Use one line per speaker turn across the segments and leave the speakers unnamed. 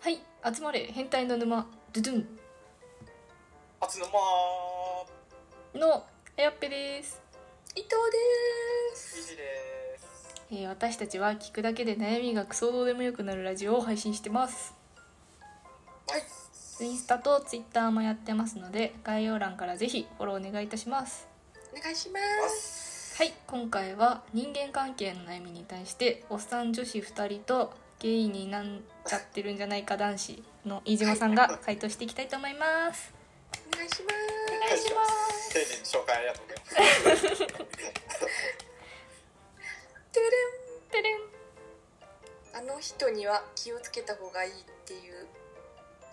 はい集まれ変態の沼ドゥドゥン
初沼ー
のあやっぺです
伊藤です
いじです
えー私たちは聞くだけで悩みがクソどうでもよくなるラジオを配信してます
はい
インスタとツイッターもやってますので概要欄からぜひフォローお願いいたします
お願いしま
ますす
はい今回は人間関係の悩みに対しておっさん女子2人とゲイになっちゃってるんじゃないか男子の飯島さんが回答していきたいと思います
お願いしま
お願いします
丁寧に紹介ありがとうございます
すてれ
てれん
んあの人には気をつけた方がいいっていう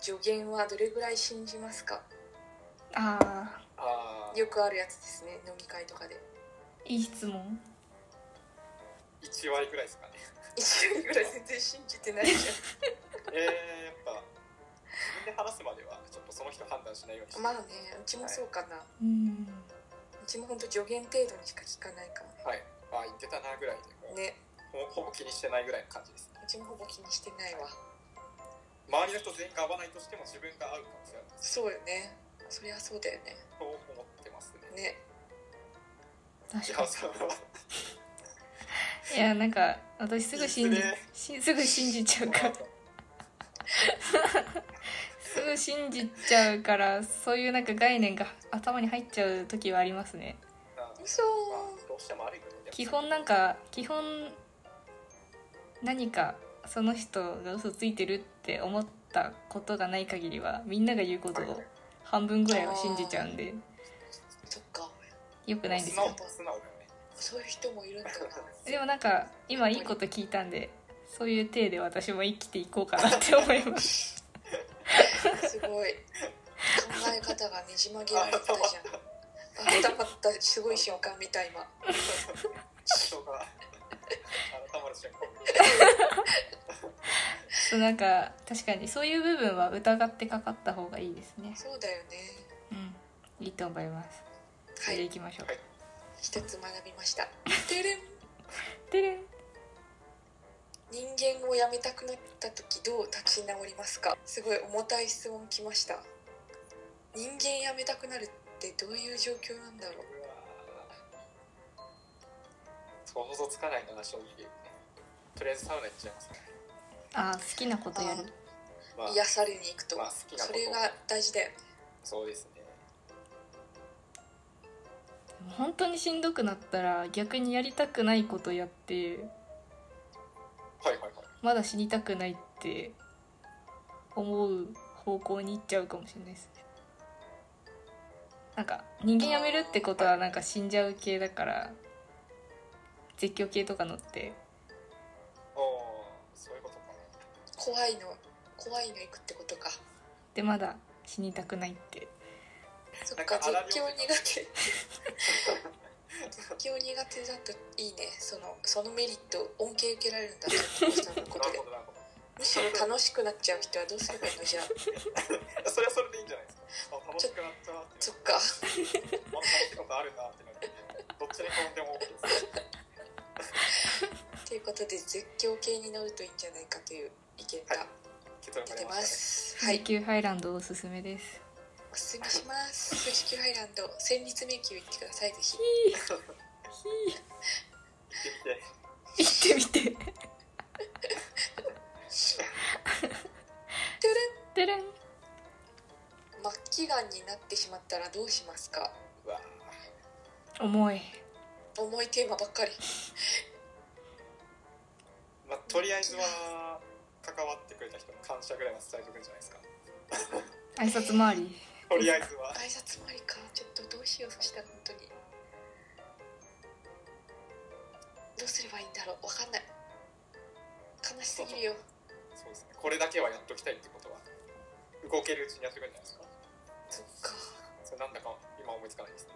助言はどれぐらい信じますか
ああ
あー
よくあるやつですね飲み会とかで
いい質問
1割ぐらいですかね
一割ぐらい全然信じてないじ
えー、やっぱ自分で話すまではちょっとその人判断しないようにし
ゃん
て
まあ
は
ねうちもそうかな、
うん
うちもほんと助言程度にしか聞かないかも
いあー言ってたなぐらいでもう
ね
ほぼほぼ気にしてないぐらいの感じですね
うちもほぼ気にしてないわ
周りの人全員が合わないとしても自分が合うかもしれない
そうよねそりゃそうだよね
と思ってますね
ね
確
伊
か
藤さんはい
やなんか私すぐ信じしすぐ信じちゃうからすぐ信じちゃうからそういうなんか概念が頭に入っちゃう時はありますね
あー
嘘
まあどうしてもあるよね
基本なんか基本何かその人が嘘ついてるって思ったことがない限りはみんなが言うことを半分ぐらいは信じちゃうんで
そっか
よくないんです
素直
よ
素直だよ ね
そういう人もいる んだな
でもなんか今いいこと聞いたんでそういう体で私も生きていこうかなって思います
すごい考え方がねじ曲げられてたじゃんあまったすごい瞬間見た今
人が改まる瞬間
そうなんか確かにそういう部分は疑ってかかった方がいいですね
そうだよね
うんいいと思いますそ
は
れで
い
いきましょう、
はい
一つ学びましたてれん
てれん
人間を辞めたくなった時どう立ち直りますかすごい重たい質問きました人間辞めたくなるってどういう状況なんだろう
うわー想像つかないな正直とりあえずサウナ行っちゃいますね、
あー好きなことやる
まあ、
癒されに行くと、
まあ好きなこ
そ
と
れが大事だよね
そうですね
本当にしんどくなったら逆にやりたくないことやって
はいはいはい
まだ死にたくないって思う方向に行っちゃうかもしれないですねなんか人間やめるってことはなんか死んじゃう系だから絶叫系とか乗って
おおそういうことか
怖いの怖いの行くってことか
でまだ死にたくないって
そっ
なん
か
か
絶
荒
叫
療治
苦手絶叫苦手だといいねそのそのメリット恩恵受けられるん だと思う人のこ
な
と
る
で
ほどなるほど
むしろ楽しくなっちゃう人はどうすればいい のじゃあ
それはそれでいいんじゃないですかあ楽しくなったって
そっか
あ楽しいことあるなってなってどっちに転んでも OK です
ということで絶叫系に乗るといいんじゃないかという意見が
結論が
出て
出ま
ま
し
すは
富士
い
急ハイランドおすすめです、
おすすめします富士急ハイランド戦慄迷宮行ってくださいぜひ
たね行ってみて
行ってみて
てれ
てれん
ん末期がんになってしまったらどうしますか
うわ
重い
重いテーマばっかり
ーまあとりあえずは関わってくれた人の感謝ぐらいは伝えておくんじゃないですか
挨拶回り
とりあえずは
挨拶回りかちょっとどうしようそしたら本当にどうすればいいんだろうわかんない悲しすぎるよ
そうですねこれだけはやっときたいってことは動けるうちにやってくるんじゃないですか
そっか
それなんだか今思いつかないですね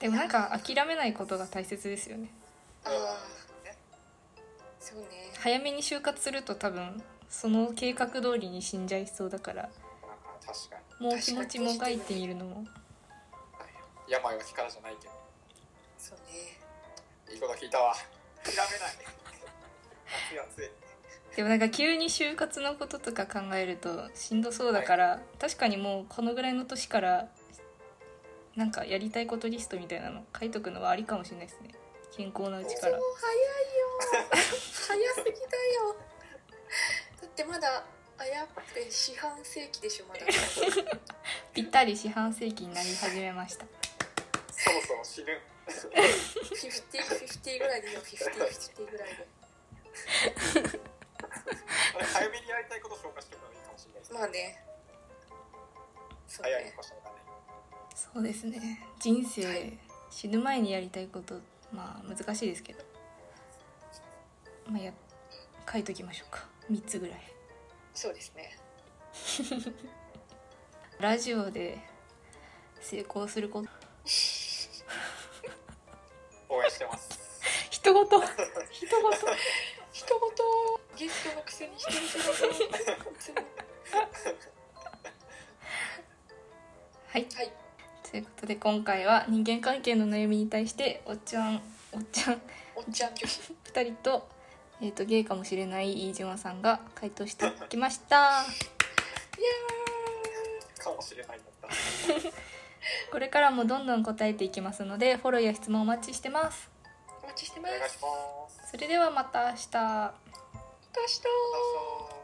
でもなんか諦めないことが大切ですよね
ああ
ね
そうね
早めに就活すると多分その計画通りに死んじゃいそうだから
あー確かに
もう気持ちもがいてみるのも
病は気からじゃないけど
そうね
いいこと聞いたわ諦めない夏や暑い
でもなんか急に就活のこととか考えるとしんどそうだから、確かにもうこのぐらいの年からなんかやりたいことリストみたいなの書いとくのはありかもしれないですね健康なうちから
もう早いよ 早すぎだよだってまだあやっぺ四半世紀でしょ まだ
ぴったり四半世紀になり始めました
そろそろ死ぬ
5050ぐらいでいいよ5050ぐらいで
あれ早めにやりたいこと消化しておくのがいいかもしれないです、
まあねそう
早い
ね
に越したことはね
そうですね人生、
はい
死ぬ前にやりたいことまあ難しいですけどまあや書いときましょうか3つぐらい
そうですね
ラジオで成功する こと
応援してます
一言 一言
一言ゲストのくせに一言だけ別に
はい
はい
ということで今回は人間関係の悩みに対しておっちゃんおっちゃん
おっちゃん女子
2人と,、えー、とゲイかもしれない飯島さんが回答してきました
いや
かもしれないんだった
これからもどんどん答えていきますのでフォローや質問お待ちしてます
ーお待ちしてま
お願いし
す
ます
それではまた明日
また明日
どうぞ